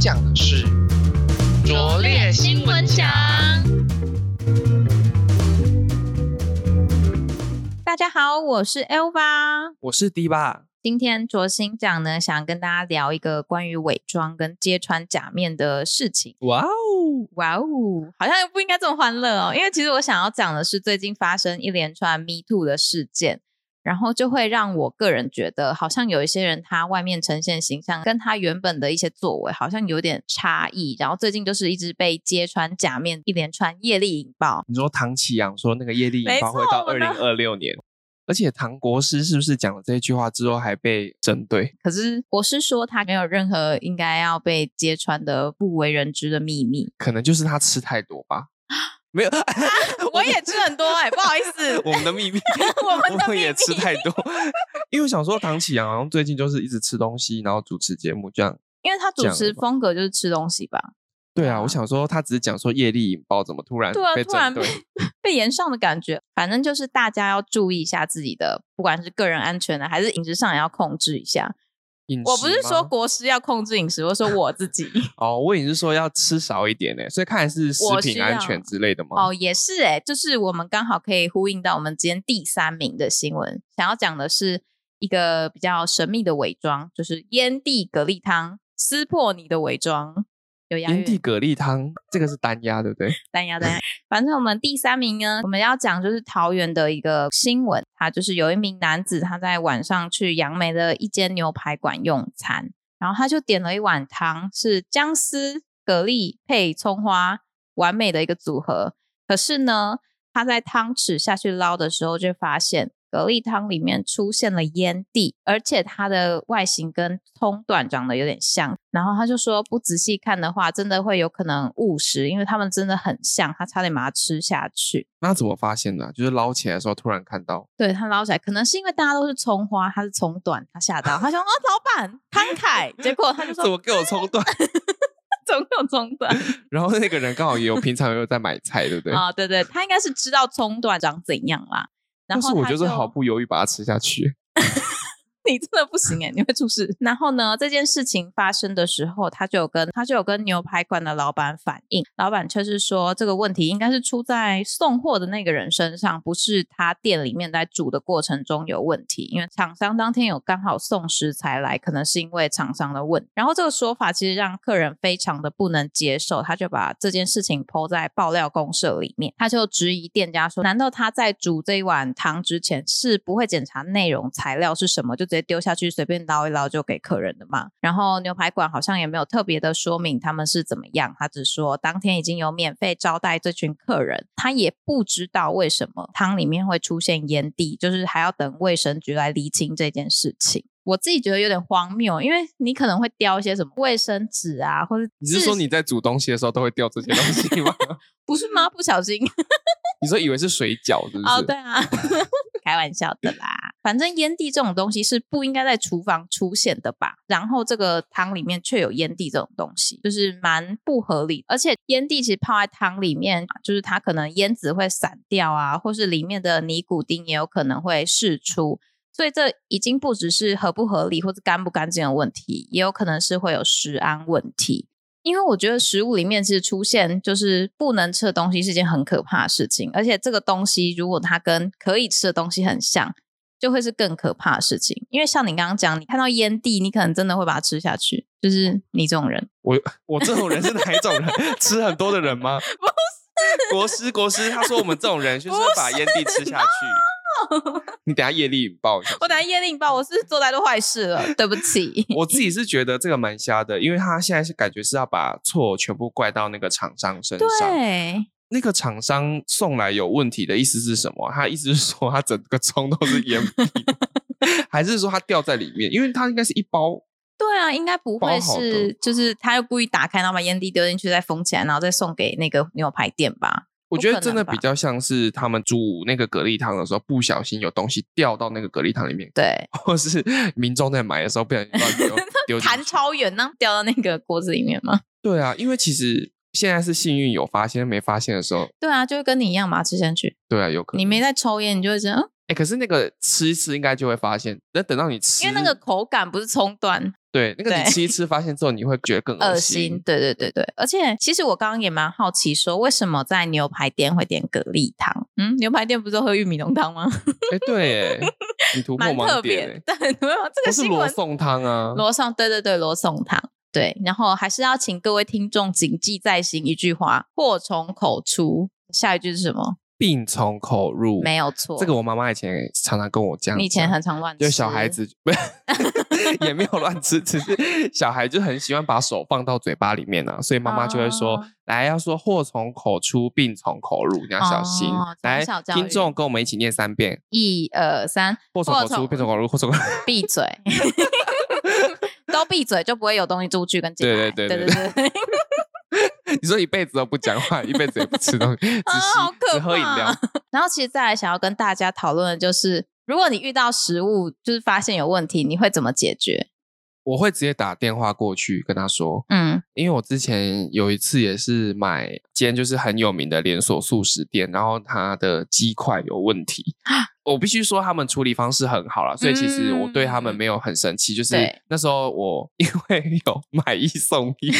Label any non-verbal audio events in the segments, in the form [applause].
奖的是拙劣新闻奖。大家好，我是 Elva。我是迪吧，今天卓新奖呢，想跟大家聊一个关于伪装跟揭穿假面的事情。哇哦，哇哦，好像又不应该这么欢乐哦，因为其实我想要讲的是最近发生一连串 Me Too 的事件，然后就会让我个人觉得，好像有一些人他外面呈现形象跟他原本的一些作为好像有点差异，然后最近就是一直被揭穿假面一连串业力引爆。你说唐启阳说那个业力没引爆会到错我二的零二六年，而且唐国师是不是讲了这句话之后还被针对？可是我是说，他没有任何应该要被揭穿的不为人知的秘密。可能就是他吃太多吧？没有，啊 [laughs] 我也吃很多哎、不好意思，我们的秘密，我们的我也秘吃密太多。 [laughs] 因为我想说唐启阳好像最近就是一直吃东西，然后主持节目这样。 [laughs] 因为他主这样持吧风格就是吃东西吧，对啊啊，我想说他只是讲说业力引爆，怎么突然对啊被突然针对？ [laughs] 被延上的感觉。反正就是大家要注意一下自己的，不管是个人安全呢，还是饮食上也要控制一下。饮我不食是说吗国师要控制饮食，我说我自 [laughs] 己。哦，我也是说要吃少一点呢，欸所以看来是食我需品安全要之类的吗？哦，也是哎、就是我们刚好可以呼应到我们今天第三名的新闻，想要讲的是一个比较神秘的伪装，就是烟蒂蛤蜊汤撕破你的伪装，有押烟韵蒂。蛤蜊汤这个是单压，对不对？单压单压。反正我们第三名呢，我们要讲就是桃园的一个新闻，他就是有一名男子他在晚上去杨梅的一间牛排馆用餐，然后他就点了一碗汤，是姜丝、蛤蜊配葱花，完美的一个组合。可是呢，他在汤匙下去捞的时候，就发现蛤蜊汤里面出现了烟蒂，而且它的外形跟葱段长得有点像。然后他就说，不仔细看的话，真的会有可能误食，因为它们真的很像，他差点把它吃下去。那怎么发现的啊、就是捞起来的时候突然看到，对他捞起来，可能是因为大家都是葱花，他是葱段，他吓到，他想哦，老板慷慨，结果他就 [laughs] 说 [laughs] 怎么给我冲断？总有葱段然后那个人刚好也有平常也有在买菜， [laughs] 对不对？啊、对对，他应该是知道葱段长怎样啦。然但后是我他就是就毫不犹豫把它吃下去。 [laughs] 你真的不行哎、你会出事。然后呢，这件事情发生的时候，他就有跟他就有跟牛排馆的老板反映，老板却是说这个问题应该是出在送货的那个人身上，不是他店里面在煮的过程中有问题，因为厂商当天有刚好送食材来，可能是因为厂商的问。然后这个说法其实让客人非常的不能接受，他就把这件事情抛在爆料公社里面，他就质疑店家说，难道他在煮这一碗汤之前是不会检查内容材料是什么，就直接丢下去随便捞一捞就给客人的吗？然后牛排馆好像也没有特别的说明他们是怎么样，他只说当天已经有免费招待这群客人，他也不知道为什么汤里面会出现烟蒂，就是还要等卫生局来厘清这件事情。我自己觉得有点荒谬，因为你可能会叼一些什么卫生纸啊，或者你是说你在煮东西的时候都会掉这些东西吗？ [laughs] 不是吗？不小心你说以为是水饺是不是？哦，对啊， [laughs] 开玩笑的啦。反正烟蒂这种东西是不应该在厨房出现的吧？然后这个汤里面却有烟蒂这种东西，就是蛮不合理。而且烟蒂其实泡在汤里面，就是它可能烟子会散掉啊，或是里面的尼古丁也有可能会释出。所以这已经不只是合不合理或者干不干净的问题，也有可能是会有食安问题。因为我觉得食物里面其实出现就是不能吃的东西是一件很可怕的事情，而且这个东西如果它跟可以吃的东西很像，就会是更可怕的事情。因为像你刚刚讲，你看到烟蒂，你可能真的会把它吃下去，就是你这种人。我这种人是哪一种人？ [laughs] 吃很多的人吗？不是。国师，国师，他说我们这种人就是会把烟蒂吃下去。哦你等一下业力引爆 [laughs] 一下。我等下夜令报，我是做太多坏事了，对不起。 [laughs] 我自己是觉得这个蛮瞎的，因为他现在是感觉是要把错全部怪到那个厂商身上。对，那个厂商送来有问题的意思是什么？他意思是说他整个葱都是烟 [laughs] 蒂吗，还是说它掉在里面？因为它应该是一包，对啊，应该不会包好的是，就是他又故意打开，然后把烟蒂丢进去，再封起来，然后再送给那个牛排店吧？我不觉可得真的能吧比较像是他们煮那个蛤蜊汤的时候不小心有东西掉到那个蛤蜊汤里面，对，或是民众在买的时候不小心乱 [laughs] 丢丢进弹去。超远，那掉到那个锅子里面吗？ [laughs] 对啊，因为其实现在是幸运有发现，没发现的时候，对啊，就会跟你一样嘛，吃下去。对啊，有可能。你没在抽烟，你就会觉得，嗯，哎，可是那个吃一吃应该就会发现，那等到你吃，因为那个口感不是葱段，对那个你对吃一吃发现之后，你会觉得更恶恶心。。对对对对，而且其实我刚刚也蛮好奇，说为什么在牛排店会点蛤蜊汤？嗯，牛排店不是都喝玉米浓汤吗？哎， [laughs] 对，哎，你突破蛮特盲别点，的哎，但 [laughs] 没有这不是个新罗闻宋汤啊，罗宋，对对对，罗宋汤。对，然后还是要请各位听众谨记在心一句话：祸从口出。下一句是什么？病从口入，没有错，这个我妈妈以前也常常跟我这样讲，你以前很常乱吃，就小孩子不是 [laughs] 也没有乱吃，只是小孩就很喜欢把手放到嘴巴里面啊，所以妈妈就会说：“哦来，要说祸从口出，病从口入，你要小心。哦来从小，教育听众跟我们一起念三遍：一二三，祸从口出，病从口入，祸从口。闭嘴， [laughs] 都闭嘴，就不会有东西出去跟进来。对对对对对 [laughs] 对你说一辈子都不讲话，一辈子也不吃 [laughs] 东西，只啊吸、好可只喝饮料怕。然后其实再来想要跟大家讨论的就是，如果你遇到食物就是发现有问题，你会怎么解决？我会直接打电话过去跟他说，嗯因为我之前有一次也是买今天就是很有名的连锁素食店，然后它的鸡块有问题，啊我必须说他们处理方式很好啦，所以其实我对他们没有很生气。就是嗯对那时候我因为有买一送 [laughs] 一，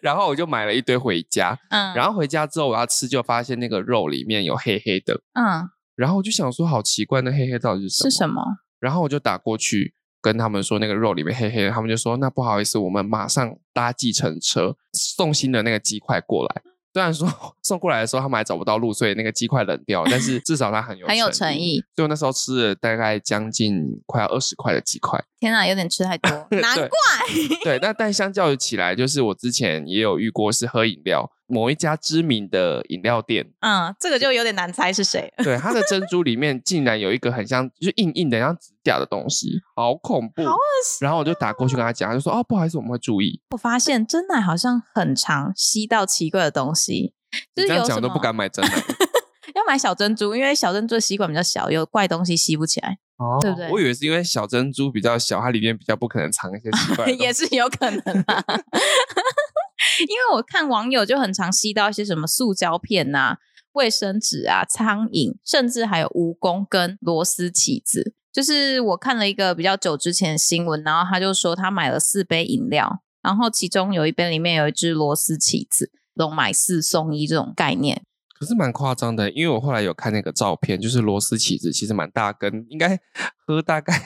然后我就买了一堆回家，嗯，然后后回家之后我要吃，就发现那个肉里面有黑黑的，嗯然后我就想说好奇怪，那黑黑到底是什么？然后我就打过去跟他们说那个肉里面黑黑的，他们就说那不好意思，我们马上搭计程车送新的那个鸡块过来。虽然说 [laughs] 送过来的时候他们还找不到路，所以那个鸡块冷掉了，但是至少它很有很有诚。意。所以我那时候吃了大概将近快要二十块的鸡块， [laughs] 天哪，有点吃太多， [laughs] 难怪。 [laughs] 对。那但相较于起来，就是我之前也有遇过是喝饮料，某一家知名的饮料店，嗯，这个就有点难猜是谁。对它的珍珠里面竟然有一个很像就是硬硬的像指甲的东西，好恐怖，好恶心！然后我就打过去跟他讲，他就说：“哦，不好意思，我们会注意。我发现真奶好像很常吸到奇怪的东西，”你就是这样有讲什我么都不敢买真奶，要买小珍珠，因为小珍珠的吸管比较小，有怪东西吸不起来，哦对不对我以为是因为小珍珠比较小，它里面比较不可能藏一些奇怪的东西。 [laughs] 也是有可能啦。 [laughs] 因为我看网友就很常吸到一些什么塑胶片呐、卫生纸啊、苍蝇，甚至还有蜈蚣跟螺丝起子。就是我看了一个比较久之前的新闻，然后他就说他买了四杯饮料，然后其中有一杯里面有一只螺丝起子，这种买四送一这种概念。可是蛮夸张的，因为我后来有看那个照片，就是螺丝起子其实蛮大根，应该喝大概 [laughs]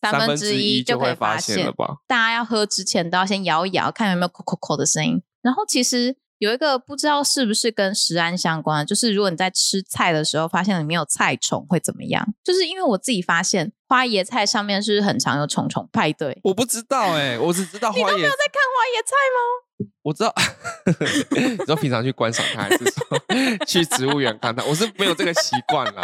三分分之一一就可会以发现现了吧？大家要喝之前都要先摇一摇，看有没有扣扣扣的声音。然后其实有一个不知道是不是跟食安相关的，就是如果你在吃菜的时候发现里面有菜虫会怎么样？就是因为我自己发现花椰菜上面是很常有虫虫派对。我不知道哎、我只知道你花都没有椰，在看花椰菜吗？我知道， [laughs] 你知道平常去观赏它，还是说去植物园看它？我是没有这个习惯啦，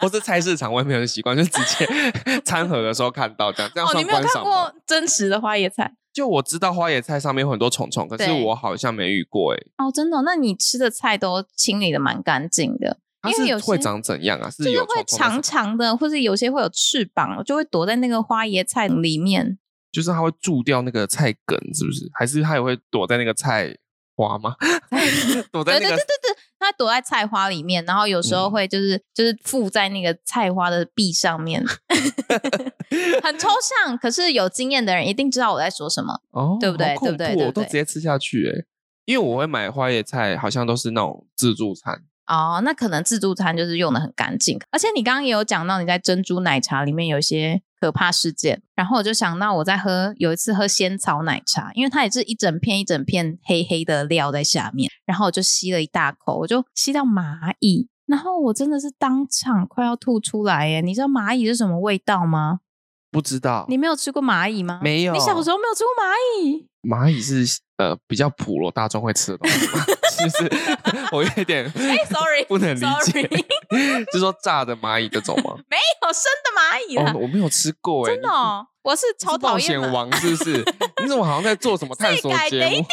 我是菜市场我也没有这个习惯，就直接 [laughs] 餐盒的时候看到这样，这样哦，你算没有观看赏吗？过真实的花椰菜就我知道花椰菜上面有很多虫虫，可是对我好像没遇过哎、哦，真的哦、那你吃的菜都清理的蛮干净的，它因为有是些会长怎样啊？就是是有会虫虫的长时候，长的，或是有些会有翅膀，就会躲在那个花椰菜里面。就是它会蛀掉那个菜梗，是不是？还是它也会躲在那个菜花吗？ [laughs] 躲在那对对对个对对，它躲在菜花里面，然后有时候嗯会就是、就是附在那个菜花的壁上面， [laughs] 很抽象。可是有经验的人一定知道我在说什么。哦，对不对好恐对不对怖哦对不我都对直接吃下去哎、因为我会买花椰菜，好像都是那种自助餐。哦，那可能自助餐就是用的很干净，而且你刚刚也有讲到你在珍珠奶茶里面有一些可怕事件，然后我就想到我在喝有一次喝仙草奶茶，因为它也是一整片一整片黑黑的料在下面，然后我就吸了一大口，我就吸到蚂蚁，然后我真的是当场快要吐出来耶！你知道蚂蚁是什么味道吗？不知道你没有吃过蚂蚁吗？没有你小时候没有吃过 [laughs] 蚂蚁？蚂蚁是呃比较普罗大众会吃的东 [laughs] 西吗，就是 [laughs] 我有点哎，sorry，不能理 sorry 哎解， [laughs] 就说炸的蚂蚁这种 [laughs] 吗？有生的蚂蚁啦，哦，我没有吃过哎、真的、你哦，我是你超是冒讨厌险蚂蚁王是不是？ [laughs] 你怎么好像在做什么探索改节目？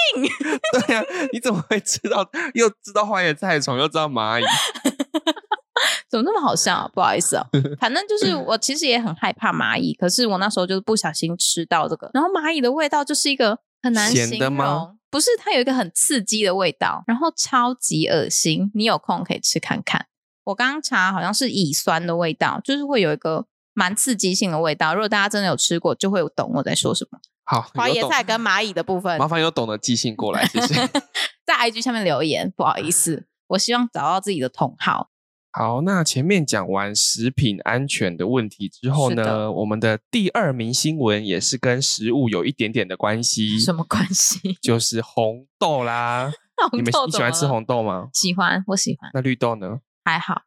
[laughs] 对呀、啊你怎么会知道？ [laughs] 又知道花椰菜虫，又知道蚂蚁？ [laughs] 怎么那么好笑、啊？不好意思 [laughs] 哦，反正就是我其实也很害怕蚂蚁，可是我那时候就是不小心吃到这个，然后蚂蚁的味道就是一个很难咸形的容，吗不是它有一个很刺激的味道，然后超级恶心。你有空可以吃看看，我刚刚查好像是乙酸的味道，就是会有一个蛮刺激性的味道。如果大家真的有吃过，就会懂我在说什么。好，花有椰懂菜跟蚂蚁的部分麻，烦有懂的寄信过来，谢谢。在 IG 下面留言，不好意思，我希望找到自己的同好。好，那前面讲完食品安全的问题之后是呢，的我们的第二名新闻也是跟食物有一点点的关系，什么关系？就是红豆啦。 [laughs] 你们豆你怎喜欢么吃了红豆吗？喜欢，我喜欢，那绿豆呢？还好。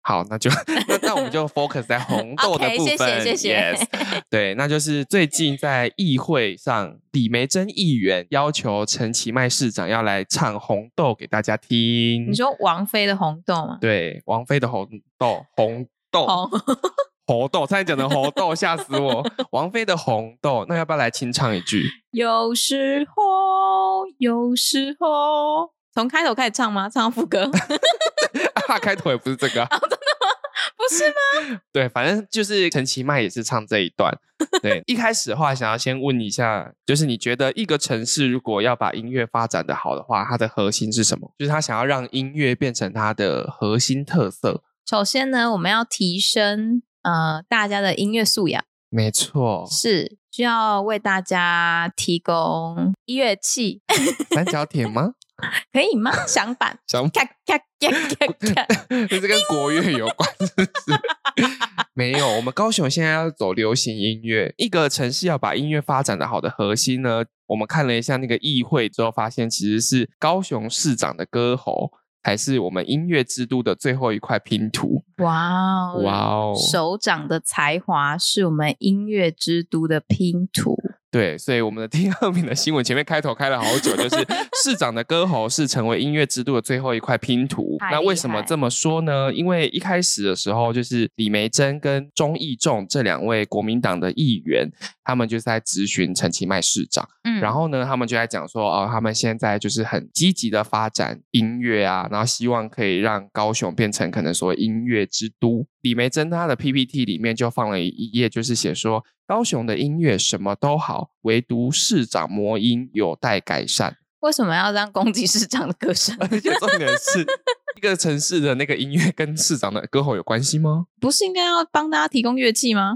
好，那 [laughs] 就那那我们就 focus 在红豆的 OK，部谢谢分。谢谢 Yes，对， [laughs] 那就是最近在议会上，李梅珍议员要求陈其迈市长要来唱《红豆》给大家听你。说王菲的红豆吗？嗯对，王菲的《红豆》红豆。红 [laughs] 红豆，差点讲成红豆，吓死我！王菲的《红豆》，那要不要来清唱一句？ [laughs] 有时候，有时候，从开头开始唱吗？唱到副歌？ [laughs] 啊，开头也不是这个啊、不哦是吗？ [laughs] 对，反正就是陈其迈也是唱这一段。 [laughs] 对，一开始的话，想要先问一下，就是你觉得一个城市如果要把音乐发展的好的话，它的核心是什么？就是他想要让音乐变成它的核心特色。首先呢，我们要提升呃大家的音乐素养，没 [laughs] 错，是需要为大家提供乐器， [laughs] 三角铁吗？可以吗？响板，想咔咔咔咔咔。 [laughs] 这是跟国乐有关，是 [laughs] 不是？没有，我们高雄现在要走流行音乐。一个城市要把音乐发展的好的核心呢，我们看了一下那个议会之后，发现其实是高雄市长的歌喉才是我们音乐之都的最后一块拼图。哇哦！哇哦！首长的才华是我们音乐之都的拼图。对，所以我们的第二名的新闻前面开头开了好久，就是 [laughs] 市长的歌喉是成为音乐之都的最后一块拼图。太那为厉什么害这么说呢？因为一开始的时候，就是李梅珍跟钟义仲这两位国民党的议员，他们就是在咨询陈其迈市长。嗯然后呢，他们就在讲说，哦，他们现在就是很积极的发展音乐啊，然后希望可以让高雄变成可能说音乐之都。李梅珍她的 PPT 里面就放了一页，就是写说高雄的音乐什么都好，唯独市长魔音有待改善。 [laughs] 为什么要这样攻击市长的歌声？而且重点是，一个城市的那个音乐跟市长的歌喉有关系吗？ [laughs] [laughs] 不是应该要帮大家提供乐器吗？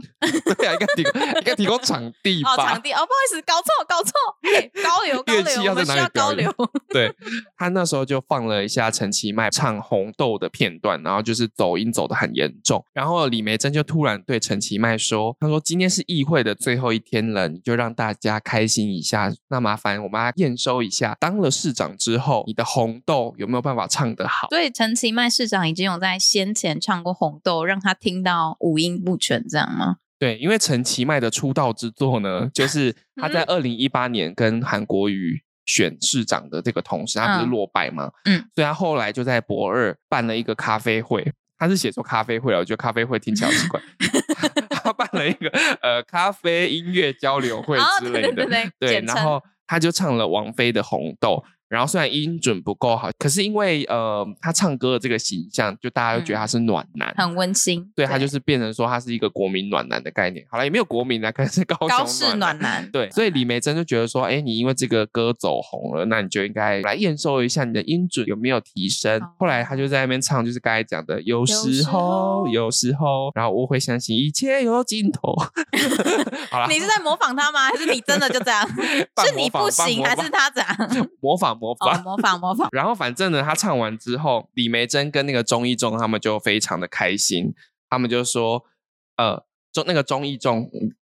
对啊，应该提供应该提供场地吧？哦，场地哦，不好意思，搞错，搞错，哎高流，[laughs] 高乐器流，要我们在哪里需要表高演 [laughs] 流。对他那时候就放了一下陈其迈唱《红豆》的片段，然后就是走音走得很严重。然后李梅珍就突然对陈其迈说：“他说今天是议会的最后一天了，你就让大家开心一下。那麻烦我们来验收一下，当了市长之后，你的《红豆》有没有办法唱得好？”所以陈其迈市长已经有在先前唱过《红豆》，让他听到五音不全，这样吗？对，因为陈其迈的出道之作呢， [laughs] 就是他嗯在二零一八年跟韩国瑜选市长的这个同时，他不是嗯落败吗？嗯所以他后来就在博二办了一个咖啡会。他是写作咖啡会了，我觉得咖啡会听起来好奇 [laughs] 怪。他办了一个呃咖啡音乐交流会哦之对类的，对对对，简然称后他就唱了王菲的《红豆》，然后虽然音准不够好，可是因为呃他唱歌的这个形象，就大家都觉得嗯他是暖男，很温馨。对，它就是变成说它是一个国民暖男的概念。好了，也没有国民啊，可能是高高雄市暖男。男。对，所以李梅珍就觉得说，哎，你因为这个歌走红了，那你就应该来验收一下你的音准有没有提升哦。后来他就在那边唱，就是刚才讲的，有时时候，候有时候，然后我会相信一切有尽头。 [laughs] 好了，你是在模仿他吗？还是你真的就 [laughs] 这样？ [laughs] 半是你模不仿半行，模还仿是他怎样？模仿 [laughs] 模哦仿，。模仿模仿。然后反正呢，他唱完之后，李梅珍跟那个钟义仲他们就非常的开心，他们就说，呃，钟那个钟义仲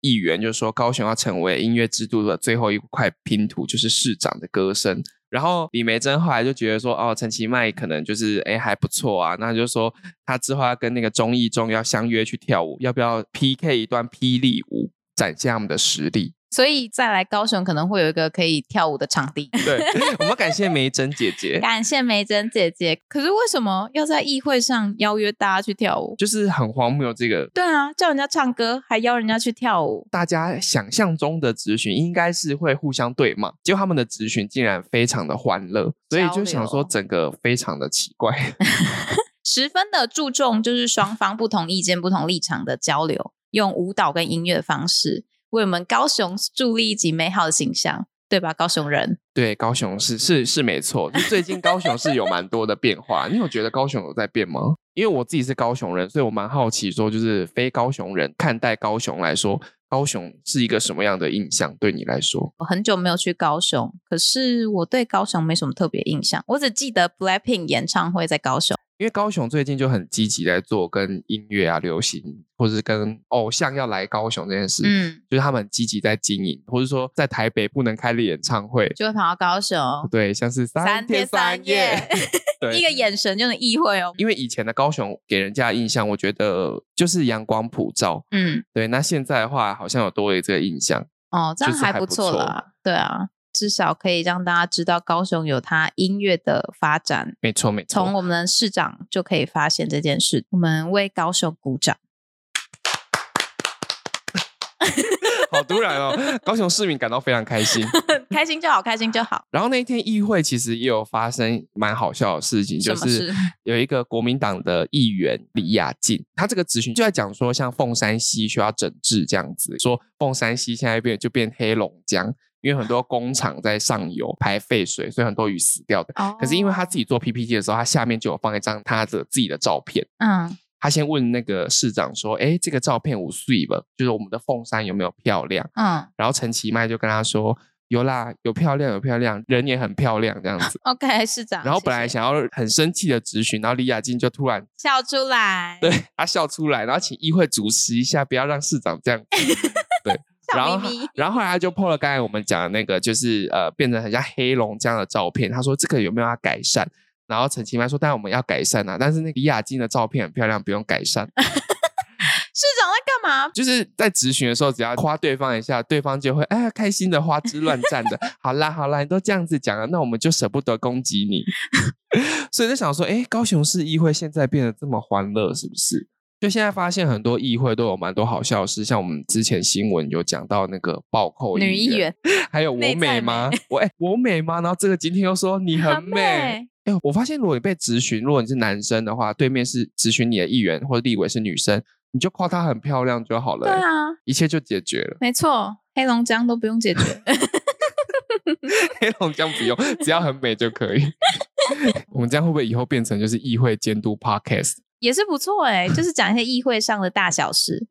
议员就说，高雄要成为音乐之都的最后一块拼图，就是市长的歌声。然后李梅珍后来就觉得说，哦，陈其迈可能就是哎还不错啊，那就说他之后要跟那个钟义仲要相约去跳舞，要不要 PK 一段霹雳舞，展现他们的实力？所以再来高雄可能会有一个可以跳舞的场地。对， [laughs] 我们感谢梅珍姐姐。 [laughs] 感谢梅珍姐姐。可是为什么要在议会上邀约大家去跳舞？就是很荒谬，这个对啊，叫人家唱歌，还邀人家去跳舞。大家想象中的咨询应该是会互相对骂，结果他们的咨询竟然非常的欢乐，所以就想说交流整个非常的奇怪。 [laughs] 十分的注重就是双方不同意见、不同立场的交流，用舞蹈跟音乐的方式为我们高雄助力一己美好的形象，对吧？高雄人对，高雄市是是没错，就最近高雄市有蛮多的变化，你有觉得高雄有在变吗？因为我自己是高雄人，所以我蛮好奇说，就是非高雄人看待高雄来说，高雄是一个什么样的印象？对你来说，我很久没有去高雄，可是我对高雄没什么特别印象，我只记得 Blackpink 演唱会在高雄。因为高雄最近就很积极在做跟音乐啊、流行，或者是跟偶像要来高雄这件事，嗯，就是他们很积极在经营，或者说在台北不能开的演唱会，就会跑到高雄，对，像是三天天三夜，对， [laughs] 一个眼神就能意会哦。因为以前的高雄给人家的印象，我觉得就是阳光普照。嗯，对，那现在的话好像有多了这个印象。哦，这样就是还不不错错啦。对啊，至少可以让大家知道高雄有它音乐的发展。没错，没从错。我们的市长就可以发现这件事，我们为高雄鼓掌。好突然哦，高雄市民感到非常 [laughs] 开 [laughs] 心。开心就好，开心就好。然后那一天议会其实也有发生蛮好笑的事 [laughs] 情，就什么是事有一个国民党的议员李雅静，她这个咨询就在讲说，像凤山西需要整治这样子，说凤山西现在变就变黑龙江，因为很多工厂在上游排废水，所以很多鱼死掉的。哦可是因为他自己做 PPT 的时候，他下面就有放一张他的自己的照片。嗯他先问那个市长说：“哎，这个照片五岁吧，就是我们的凤山有没有漂亮嗯？”然后陈其迈就跟他说：“有啦，有漂亮，有漂亮，人也很漂亮这样 [laughs] 子。 ，OK，市”哦长。然后本来谢谢想要很生气的质询，然后李雅静就突然笑出来，对他笑出来，然后请议会主持一下，不要让市长这样子。对，然 [laughs] 笑后眯眯。然后后来他就 po 了刚才我们讲的那个，就是呃，变成很像黑龙江的照片。他说这个有没有要改善？然后陈其迈说，当然我们要改善啊，但是那个李雅静的照片很漂亮，不用改善。市长在干嘛？就是在质询的时候，只要夸对方一下，对方就会哎呀开心的花枝乱颤的。好啦好啦，你都这样子讲了，那我们就舍不得攻击你。所以就想说，哎，高雄市议会现在变得这么欢乐，是不是？就现在发现很多议会都有蛮多好笑的事，像我们之前新闻有讲到那个暴扣女议议员，员还有我内在美吗？我哎、我美吗？然后这个今天又说你很很美，哎、我发现如果你被质询，如果你是男生的话，对面是质询你的议员或者立委是女生，你就夸她很漂亮就好了、对欸啊，。一切就解决了 [laughs] 没错，黑龙江都不用解决。黑龙江不用，只要很美就可以。 [laughs] 我们这样会不会以后变成就是议会监督 podcast？也是不错哎、就是讲一些议会上的大小 [laughs] 事。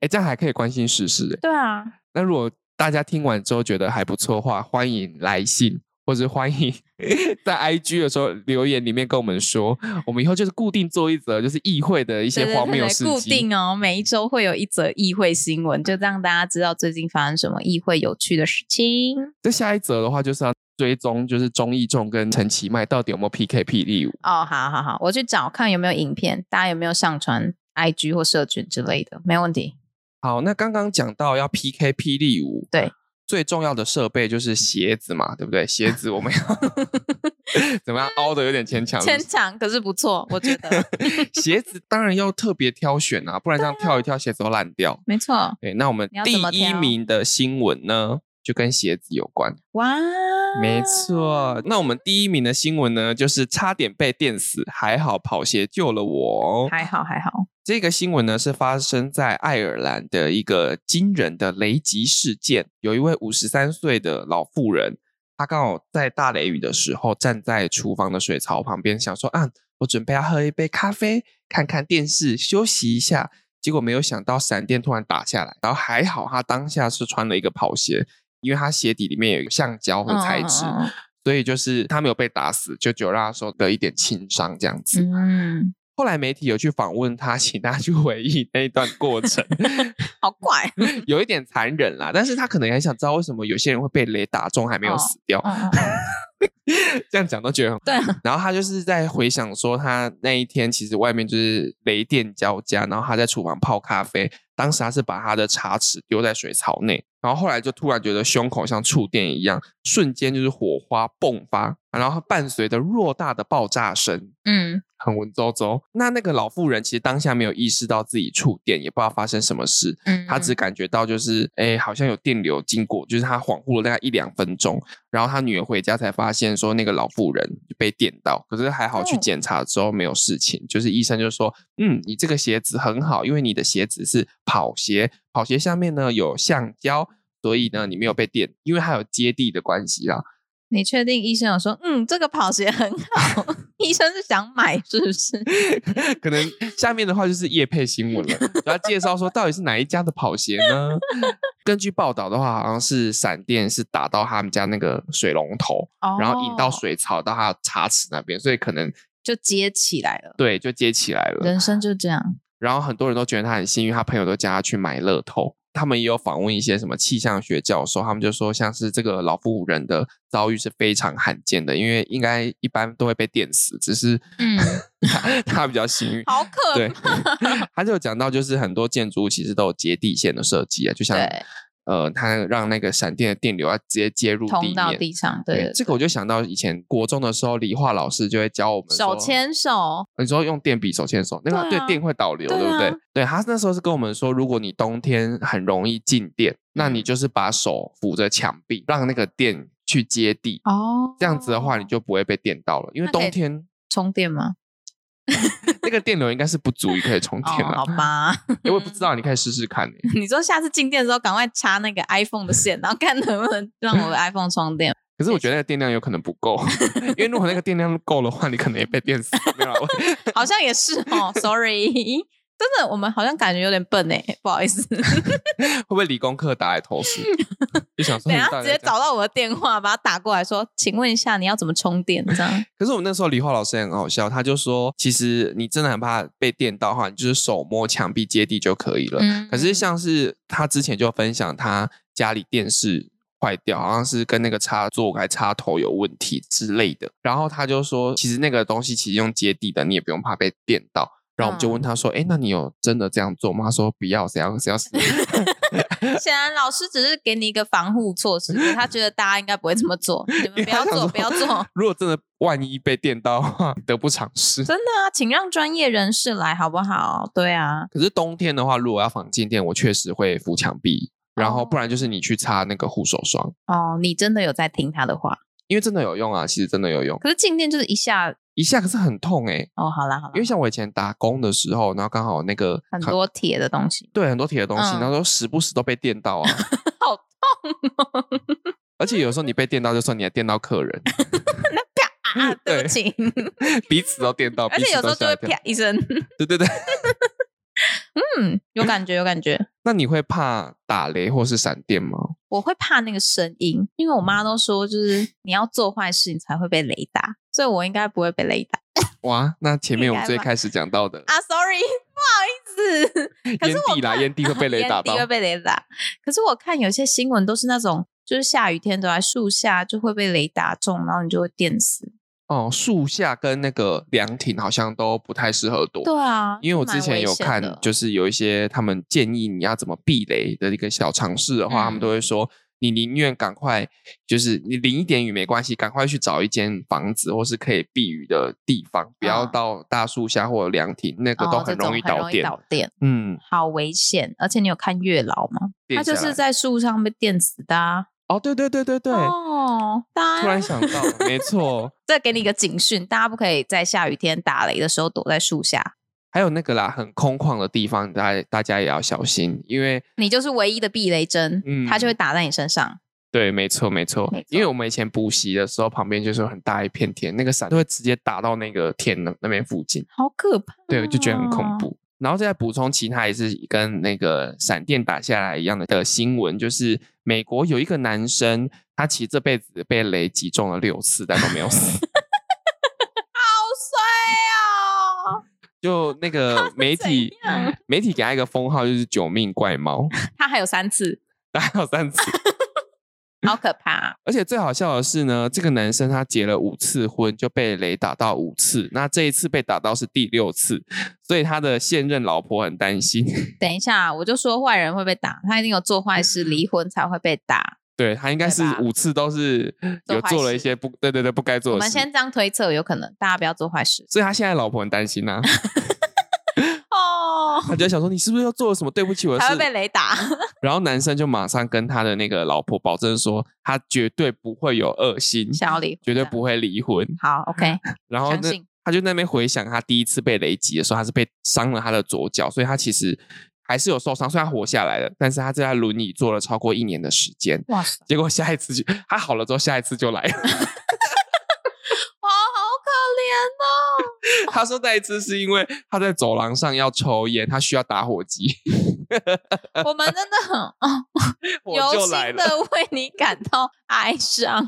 哎、这样还可以关心时事、欸。对啊，那如果大家听完之后觉得还不错的话，欢迎来信。或者欢迎 [laughs] 在 IG 的时候留言里面跟我们说，我们以后就是固定做一则就是议会的一对些对荒对谬对事固迹。定哦，每一周会有一则议会新闻，就让大家知道最近发生什么议会有趣的事情。这下一则的话就是要追踪，就是钟义仲跟陈其迈到底有没有 PK 霹雳舞？哦，好好好，我去找看有没有影片，大家有没有上传 IG 或社群之类的，没问题。好，那刚刚讲到要 PK 霹雳舞，对，最重要的设备就是鞋子嘛，对不对？鞋子我们 [laughs] 要怎么样凹的有点牵强是牵不是，强，可是不错，我觉得 [laughs] 鞋子当然要特别挑选啊，不然这样跳一跳鞋子都烂掉。没错。对，那我们你要第怎么一挑啊名的新闻呢，就跟鞋子有关。哇，哦没错，那我们第一名的新闻呢，就是差点被电死，还好跑鞋救了我。哦还好还好。这个新闻呢是发生在爱尔兰的一个惊人的雷击事件。有一位五十三岁的老妇人，她刚好在大雷雨的时候站在厨房的水槽旁边，想说啊，我准备要喝一杯咖啡，看看电视，休息一下。结果没有想到闪电突然打下来，然后还好她当下是穿了一个跑鞋，因为她鞋底里面有一个橡胶和材质，嗯所以就是她没有被打死，就只有让她说得一点轻伤这样子。嗯嗯，嗯后来媒体有去访问他，请他去回忆那一段过程，好 [laughs] 怪。嗯有一点残忍啦。但是他可能也很想知道为什么有些人会被雷打中还没有死掉， [laughs] 嗯嗯这样讲都觉得很。对啊，然后他就是在回想说，他那一天其实外面就是雷电交加，然后他在厨房泡咖啡，当时他是把他的茶匙丢在水槽内，然后后来就突然觉得胸口像触电一样，瞬间就是火花迸发，然后伴随着偌大的爆炸声，嗯。很文绉绉。那那个老妇人其实当下没有意识到自己触电，也不知道发生什么事，嗯，她只感觉到就是哎，诶好像有电流经过，就是她恍惚了大概一两分钟。然后她女儿回家才发现说那个老妇人被电到，可是还好去哦检查之后没有事情，就是医生就说，嗯，你这个鞋子很好，因为你的鞋子是跑鞋，跑鞋下面呢有橡胶。所以呢，你没有被电，因为它有接地的关系啦。你确定医生有说，嗯，这个跑鞋很好？ [laughs] 医生是想买是不是？可能下面的话就是业配新闻了，然后介绍说到底是哪一家的跑鞋呢？ [laughs] 根据报道的话，好像是闪电是打到他们家那个水龙头，然后引到哦水槽到他茶匙那边，所以可能就接起来了。对就接起来了。人生就这样，然后很多人都觉得他很幸运，他朋友都叫他去买乐透。他们也有访问一些什么气象学教授，他们就说像是这个老妇人的遭遇是非常罕见的，因为应该一般都会被电死，只是 [laughs] [laughs] 嗯，他他比较幸运。好可对， [laughs] 他就有讲到，就是很多建筑物其实都有接地线的设计啊，就像对呃，它让那个闪电的电流要直接接入通到面。地上，对对这个我就想到以前国中的时候，理化老师就会教我们对手说，牵手，你说用电笔手牵手，那个对对啊电会导流，对对不啊对？对，他那时候是跟我们说，如果你冬天很容易静电，那嗯你就是把手扶着墙壁，让那个电去接地，哦，这样子的话你就不会被电到了，因为那可以冬天 [laughs] 充电吗？那个电流应该是不足以可以充哦电，的、好吧， [laughs] 嗯因为我也不知道，你可以试试看、欸。你说下次静电的时候，赶快插那个 iPhone 的线，然后看能不能让我的 iPhone 充电。可是我觉得那个电量有可能不 [laughs] 够，因为如果那个电量够的话，你可能也被电死。没有啦，我好像也是 [laughs] 哦，sorry，真 [laughs] 的，我们好像感觉有点笨哎，不好意思，嗯会不会理工科打来投诉？就想说等一你下到啊直底在接讲找到我的电话，把他打过来说，请问一下你要怎么充电？这样，可是我们那时候理化老师也很好笑，他就说，其实你真的很怕被电到的话，你就是手摸墙壁接地就可以了。嗯可是像是他之前就分享他家里电视坏掉，好像是跟那个插座还插头有问题之类的。然后他就说，其实那个东西其实用接地的，你也不用怕被电到。然后我们就问他说：“哎、那你有真的这样做吗？”他说：“不要，谁要谁要死。显然老师只是给你一个防护措施，可是他觉得大家应该不会这么做，你们因为不他要想做，说不要 [laughs] 做。如果真的万一被电到的话，得不偿 [laughs] 失。真的啊，请让专业人士来好不好？对啊，可是冬天的话，如果要防静电，我确实会扶墙壁，然后不然就是你去擦那个护手霜，哦，你真的有在听他的话，因为真的有用啊，其实真的有用。可是静电就是一下一下可是很痛诶、哦，好啦好啦，因为像我以前打工的时候，然后刚好那个很扛多铁的 [laughs] 东西对很多铁的东西，嗯然后都时不时都被电到 [laughs] 啊，好痛哦，而且有时候你被电到，就算你还电到客 [laughs] 人， [laughs] 啊，对不起，彼此都电到，而彼且此有时都候就吓会一跳啪一声，对对对。嗯，有感觉有感觉，那你会怕打雷或是闪电吗？我会怕那个声音，因为我妈都说就是你要做坏事你才会被雷打，所以我应该不会被雷打哇，那前面我应们该最吧开始讲到的啊，sorry，不好意思。可是烟我蒂啦，怕烟蒂会被 [laughs] 雷打到烟蒂，会被雷打。可是我看有些新闻都是那种，就是下雨天走在树下就会被雷打中，然后你就会电死。哦，树下跟那个凉亭好像都不太适合躲。对啊，因为我蛮之前危有险看的，就是有一些他们建议你要怎么避雷的一个小尝试的话，他们嗯都会说，你宁愿赶快，就是你淋一点雨没关系，赶快去找一间房子或是可以避雨的地方，不要嗯到大树下或者凉亭，那个都哦这很容种易导电。导电，嗯，好危险。而且你有看月老吗？电他就下是来在树上被电死的、啊。哦，对对对对对，哦，大突然家想到， [laughs] 没错，再给你一个警讯，大家不可以在下雨天打雷的时候躲在树下。还有那个啦，很空旷的地方，大家大家也要小心，因为你就是唯一的避雷针，嗯它就会打在你身上。对，没错，没错没，因为错我们以前补习的时候，旁边就是有很大一片田，那个伞都会直接打到那个田那那边附近，好可怕、哦对，就觉得很啊恐。怖。然后再补充其他也是跟那个闪电打下来一样的的新闻，就是美国有一个男生，他其实这辈子被雷击中了六次，但都没有死。 [laughs] 好衰哦！ [laughs] 就那个媒怎体样， [laughs] 媒体给他一个封号，就是“九命怪猫他还有三次，”，打有三次。好可怕！而且最好笑的是呢，这个男生他结了五次婚就被雷打到五次，那这一次被打到是第六次，所以他的现任老婆很担心， [laughs] 等一下，我就说坏人会被打，他一定有做坏事，离婚才会被打。对他应该是对吧五次都是做有坏做了一事些不对对对不该做我的们事，先这样推测，有可能大家不要做坏事所以他现在老婆很担心 [laughs] 呐、哦，他就在想说你是不是又做了什么对不 [laughs] 起我的才会事？被雷打。 [laughs] 然后男生就马上跟他的那个老婆保证说，他绝对不会有恶心，想要离婚，绝对不会离婚。好。OK，然后相那信他就那边回想他第一次被雷击的时候，他是被伤了他的左脚，所以他其实还是有受伤，虽然他活下来了，但是他这台轮椅坐了超过一年的时间。哇塞，结果下一次就他好了之后，下一次就来了。 [laughs] 好好可他说那一次是因为他在走廊上要抽烟，他需要打火机， [laughs] 怜哦！我们真的很哦，我由就心来了。 [laughs] 的为你感到哀伤。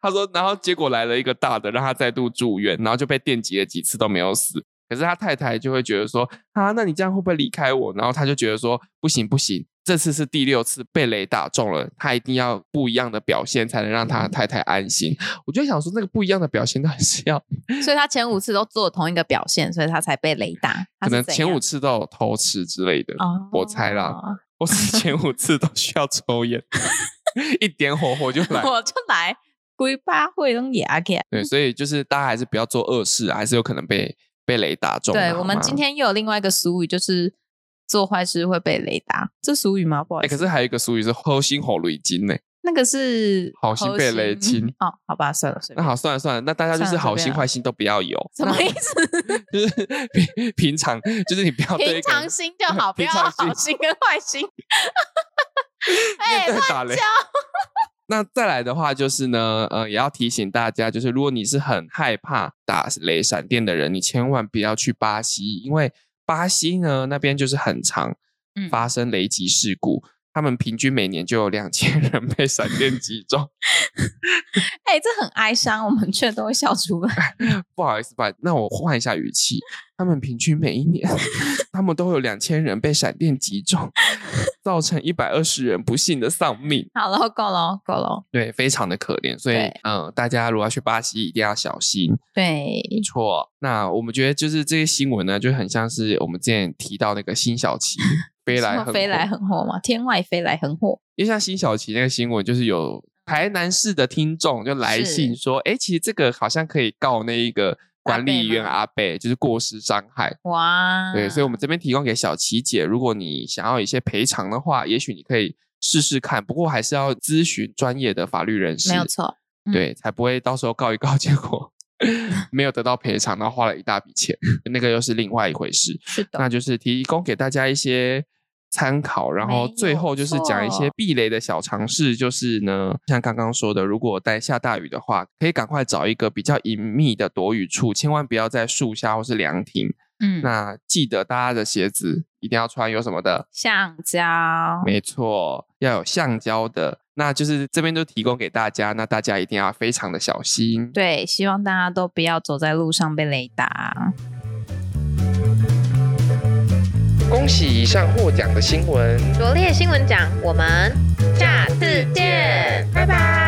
他说，然后结果来了一个大的，让他再度住院，然后就被电击了几次都没有死。可是他太太就会觉得说，啊，那你这样会不会离开我？然后他就觉得说，不行不行，这次是第六次被雷打中了，他一定要不一样的表现才能让他太太安心。我就想说，那个不一样的表现到底是要，所以他前五次都做同一个表现，所以他才被雷打。他可是能怎前五样次都有偷吃之类的，哦，我猜啦， [laughs] 或是前五次都需要抽烟， [laughs] 一点火火就来。 [laughs] 我就来龟巴会弄牙给。对，所以就是大家还是不要做恶事啊，还是有可能被被雷打中的。啊对好我们吗今天又有另外一个俗语，就是做坏事会被雷打，这俗语吗？不好哎、意思，可是还有一个俗语是“猴心吼雷金”呢。那个是好心被雷亲哦，好吧，算了，随那便。好，算了算了，那大家就算是了随好便心了坏心都不要有， [laughs] 什么意思？就是平 [laughs] 平常就是你不要对平一个常人 [laughs] 心就好，不平要常心好心跟坏心。 [laughs] 哎、面对乱打雷叫。 [laughs] 那再来的话就是呢，呃，也要提醒大家，就是如果你是很害怕打雷闪电的人，你千万不要去巴西，因为巴西呢那边就是很常嗯发生雷击事故，他们平均每年就有两千人被闪电击中。哎、这很哀伤，我们却都会笑出来。不好意思吧，那我换一下语气。他们平均每一年，他们都会有两千人被闪电击中，造成一百二十人不幸的丧命。好了，够了，够了。对，非常的可怜。所以对，嗯、大家如果要去巴西，一定要小心。对，没错。那我们觉得就是这些新闻呢，就很像是我们之前提到那个辛晓 [laughs] 琪飞来什横祸么飞来，横祸嘛，天外飞来横祸。因为像辛晓琪那个新闻，就是有台南市的听众就来信是说，哎，其实这个好像可以告那一个管伯理员吗阿贝，就是过失伤害。哇，对，所以我们这边提供给小琪姐，如果你想要一些赔偿的话，也许你可以试试看，不过还是要咨询专业的法律人士，没有，错。嗯对，才不会到时候告一告， [laughs] 结 [laughs] 果没有得到赔偿，然后花了一大笔钱，那个又是另外一回事。是的，那就是提供给大家一些参考，然后没最有后就是讲一些错避雷的小常识，就是呢，像刚刚说的，如果在下大雨的话，可以赶快找一个比较隐秘的躲雨处，千万不要在树下或是凉亭。嗯，那记得大家的鞋子一定要穿有什么的？橡胶，没错，要有橡胶的。那就是这边都提供给大家，那大家一定要非常的小心。对，希望大家都不要走在路上被雷啊打。恭喜以上获奖的新闻。拙劣新闻奖，我们下次见，拜拜。